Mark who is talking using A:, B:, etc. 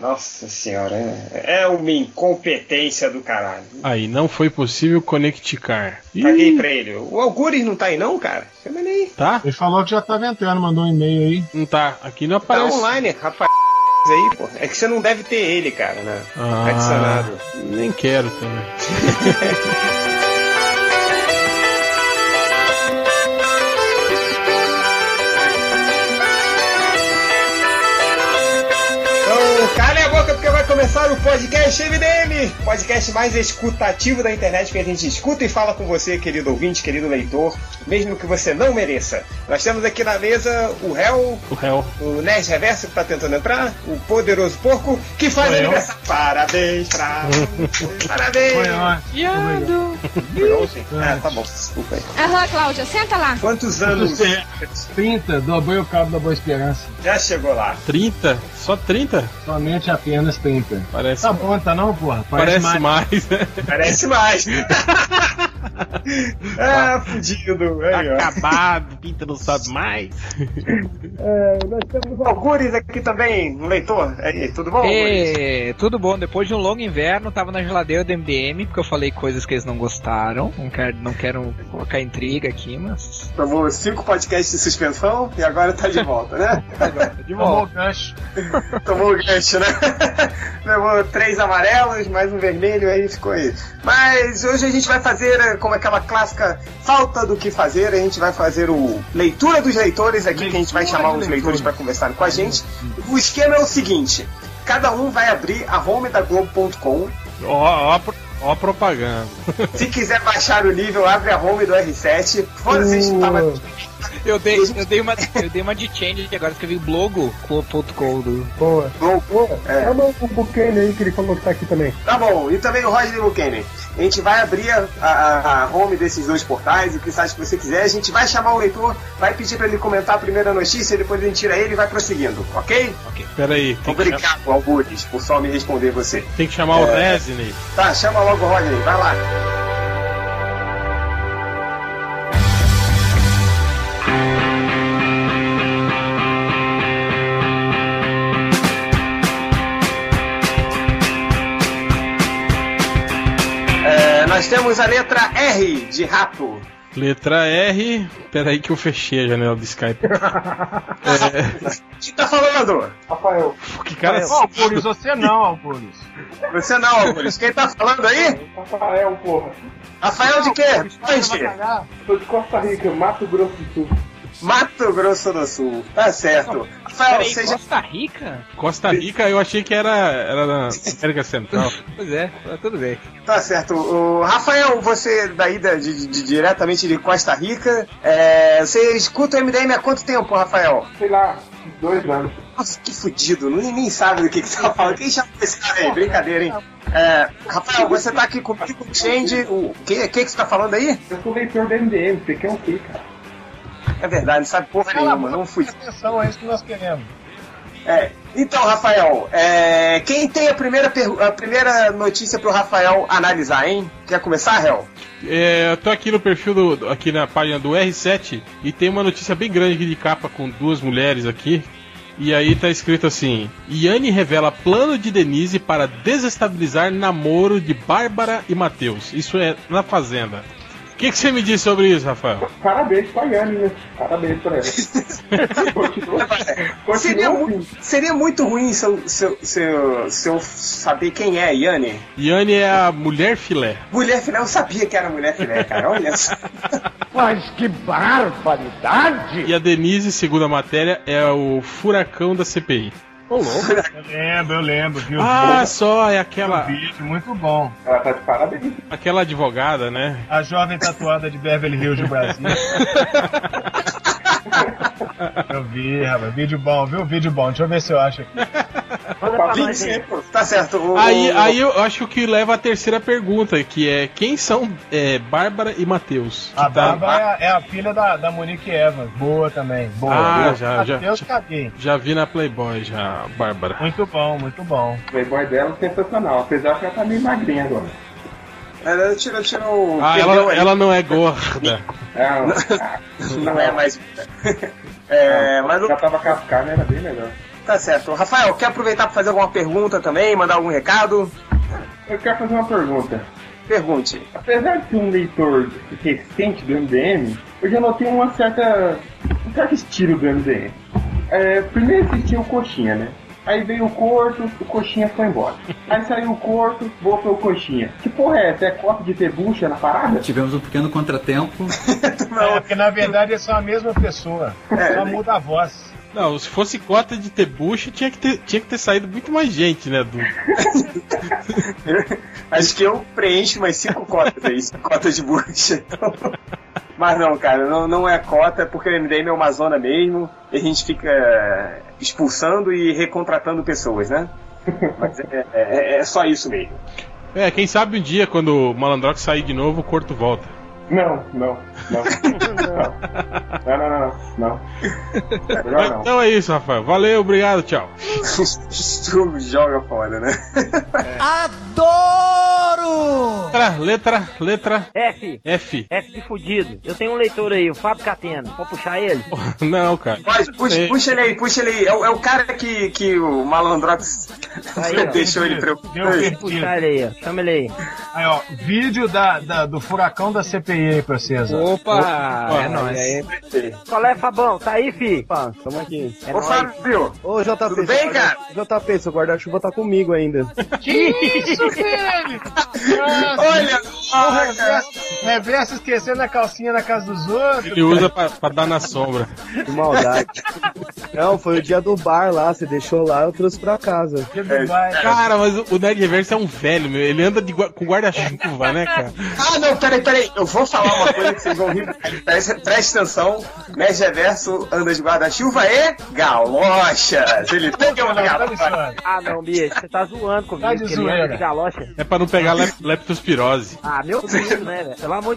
A: Nossa senhora, é, é uma incompetência do caralho.
B: Aí não foi possível conecticar.
A: Paguei pra ele. O Algures não tá aí não, cara? Chama ele aí.
B: Tá?
C: Ele falou que já tá ventando, mandou um e-mail aí.
B: Não tá. Aqui não
A: Tá
B: aparece.
A: online, rapaz. Aí, pô. É que você não deve ter ele, cara, né?
B: Ah.
A: Adicionado.
B: Nem quero também.
A: Então, calem a boca porque vai começar o podcast MDM, podcast mais escutativo da internet que a gente escuta e fala com você, querido ouvinte, querido leitor, mesmo que você não mereça. Nós temos aqui na mesa o réu,
B: O réu.
A: o Nerd Reverso que tá tentando entrar, o poderoso porco que faz
C: Foi eu.
A: aniversário. Parabéns pra Parabéns!
C: Foi ótimo.
D: Piado.
A: Foi ontem? Ah, tá bom, desculpa aí.
D: Aham, Cláudia, senta lá.
A: Quantos anos
C: 30, É, dobrei o cabo da Boa Esperança.
A: já chegou lá?
B: 30? Só 30?
C: Somente apenas 30.
B: Parece.
C: Tá bom, tá não, porra?
B: Parece, mais, né?
A: Parece mais. ah, fudido. Aí, ó.
B: Tá Acabado, pinta não sabe mais.
A: Nós temos Algures aqui também, um leitor. Aí, tudo bom? Algures?
E: E, tudo bom, depois de um longo inverno, tava na geladeira do MDM, porque eu falei coisas que eles não gostaram. Não quero, não quero colocar intriga aqui, mas.
A: Tomou cinco podcasts de suspensão e agora tá de volta, né?
E: De
C: Tomou o
E: volta.
C: gancho.
A: Tomou o gancho, né? Levou três amarelos, mais um vermelho, aí ficou aí. Mas hoje a gente vai fazer, eh, como aquela clássica falta do que fazer, a gente vai fazer o Leitura dos Leitores aqui, que a gente vai chamar os leitores para conversar com a gente. O esquema é o seguinte. Cada um vai abrir a home da Globo.com
B: Ó, ó, a pro- ó a propaganda.
A: Se quiser baixar o nível, abre a home do R7. Foda-se,
C: Uh.
A: tava...
E: Eu dei, eu dei uma eu dei uma de change agora escrevi blogo.com do.
C: Boa.
A: É.
C: Chama o Bucane aí que ele falou que tá aqui também.
A: Tá bom, e também o Roger Buchanan. A gente vai abrir a, a- a home desses dois portais, o que site que você quiser. A gente vai chamar o leitor, vai pedir pra ele comentar a primeira notícia, depois a gente tira ele e vai prosseguindo, ok?
B: Pera aí, tem que, cha-
A: Obrigado, Algures, por só me responder você.
B: tem que chamar o Resney.
A: Tá, chama logo o Rodney, vai lá. É, Nós temos a letra R de rato.
B: Letra R. Pera aí que eu fechei a janela do Skype.
A: Quem tá falando?
C: Rafael.
B: Que cara. é-
C: Ô, Algures, você não, Algures.
A: Você não, Algures. Quem tá falando aí?
C: Rafael, porra.
A: Rafael de quê? Peixe.
C: Tô de Costa Rica, Mato Grosso do Sul.
A: Mato Grosso do Sul. Tá certo. Rafael,
E: Peraí,
A: seja
E: Costa Rica?
B: Costa Rica, eu achei que era, era na América Central.
E: Pois é, tá tudo bem.
A: Tá certo. O Rafael, você é daí da- de, de- diretamente de Costa Rica, é, você escuta o MDM há quanto tempo, Rafael?
C: Sei lá, dois anos.
A: Nossa, que fudido, nem, nem sabe do que, que você tá falando. Quem chama esse cara aí? Brincadeira, hein? É, Rafael, você tá aqui comigo, o Change. O que, que, que você tá falando aí?
C: Eu sou leitor do MDM, você quer o quê, cara?
A: É verdade, não sabe porra
C: Cala a
A: nenhuma,
C: boca,
A: não fui.
C: presta atenção, é isso que nós queremos.
A: É, Então, Rafael, é, quem tem a primeira, pergu- a primeira notícia pro Rafael analisar, hein? Quer começar, Hel?
B: É, eu tô aqui no perfil do, do- aqui na página do R7 e tem uma notícia bem grande aqui de capa com duas mulheres aqui. E aí tá escrito assim: Iane revela plano de Denise para desestabilizar namoro de Bárbara e Matheus. Isso é na fazenda. O que, que você me diz sobre isso, Rafael?
C: Parabéns pra Yane, né? Parabéns pra ela. Continua.
A: Seria, mu-
C: Continua.
A: seria muito ruim se eu, se, eu, se eu- se eu saber quem é a Yane.
B: Iane é a mulher filé.
A: Mulher filé, eu sabia que era mulher filé, cara. Olha só.
B: E a Denise, segundo a matéria, é o furacão da CPI.
C: Eu lembro, eu lembro, viu?
B: Ah, só é aquela,
C: Vídeo muito bom.
B: aquela advogada, né?
C: A jovem tatuada de Beverly Hills do Brasil. eu vi, rapaz. Vídeo bom, viu? Vídeo bom. Deixa eu ver se eu acho aqui.
A: tá certo. o-
B: Aí,
A: o-
B: aí eu acho que leva à terceira pergunta, que é quem são é, Bárbara e Matheus? Que
C: A
B: tá-
C: Baba é, a- é a filha da, da Monique Evans. Boa também. Boa.
B: Ah,
C: Boa.
B: já, já.
C: Mateus, caguei.
B: Já vi na Playboy já, a Bárbara.
C: Muito bom, muito bom.
F: Playboy dela sensacional, apesar que ela tá meio magrinha agora.
A: Ela tirou, tirou.
B: Ah,
A: perdeu
B: ela,
A: um aí.
B: ela não é gorda.
F: Ela,
A: Não é mais. É, mas
F: já
A: não-
F: tava cascada, era bem melhor.
A: Tá certo. Rafael, quer aproveitar para fazer alguma pergunta também, mandar algum recado?
F: Eu quero fazer uma pergunta.
A: Pergunte.
F: Apesar de ser um leitor recente do MDM, eu já notei uma certa. um certo estilo do MDM. É, primeiro existia o Coxinha, né? Aí veio o Corto, o Coxinha foi embora. Aí saiu o Corto, voltou o Coxinha. Que porra é essa? É cota de trebucha na parada?
G: Tivemos um pequeno contratempo.
C: É, porque na verdade é só a mesma pessoa.
A: É.
C: Só muda a voz.
B: Não, se fosse cota de ter bucha, tinha que ter, tinha que ter saído muito mais gente, né, do
A: Acho que eu preencho mais cinco cotas aí, cinco cotas de bucha. então. Mas não, cara, não, não é cota, é porque o MDM é uma zona mesmo, e a gente fica é, expulsando e recontratando pessoas, né? Mas é, é- é só isso mesmo.
B: É, quem sabe um dia, quando o Malandrox sair de novo, o Corto volta.
F: Não, não, não. Não, não, não, não. não. Melhor não.
B: Então é isso, Rafael. Valeu, obrigado, tchau.
A: Joga fora, né?
H: Adoro!
B: Letra, letra, letra
H: F.
B: F.
H: F de fudido. Eu tenho um leitor aí, o Fábio Catena. Vou puxar ele?
B: Não, cara.
A: Mas puxa,
B: Sei.
A: puxa ele aí, puxa ele aí. É, o- é o cara que, que o Malandrox
H: Aí, ó. um
A: deixou ele
C: Deu
A: preocupado.
C: perdido.
H: Puxar ele aí, ó. Chama ele aí.
C: Aí, ó, vídeo da, da- do furacão da CPI aí pra vocês, ó.
E: Opa, é nóis.
H: Qual é, Fabão? Tá aí, fi? Fá, tamo aqui. É
A: Ô
H: nóis.
A: Fábio,
I: Ô, JP,
A: Tudo bem,
I: seu guarda- JP, seu guarda-chuva tá comigo ainda.
A: olha só,
C: é
A: cara.
C: Reverso esquecendo a calcinha na casa dos outros.
B: Ele usa pra, pra dar na sombra.
I: Que maldade. Não, foi o dia do bar lá, você deixou lá, eu trouxe pra casa.
C: Que
A: É.
C: Dubai.
B: Cara, mas o- o Nerd Reverso é um velho, meu. Ele anda de gua- com guarda-chuva, né, cara?
A: Ah, não, peraí, peraí. Eu vou falar uma coisa que vocês vão rir. Preste, preste atenção. Nerd Reverso anda de guarda-chuva e galochas. Ele tem que
C: Não,
A: uma
C: tá
A: galocha.
C: zoando.
H: Ah, não, bicho. Você tá zoando comigo.
C: Tá de
H: que ele anda
C: zoeira.
H: de galocha.
B: É pra não pegar lep- leptospirose.
H: Ah, meu filho, né, velho? Pelo amor de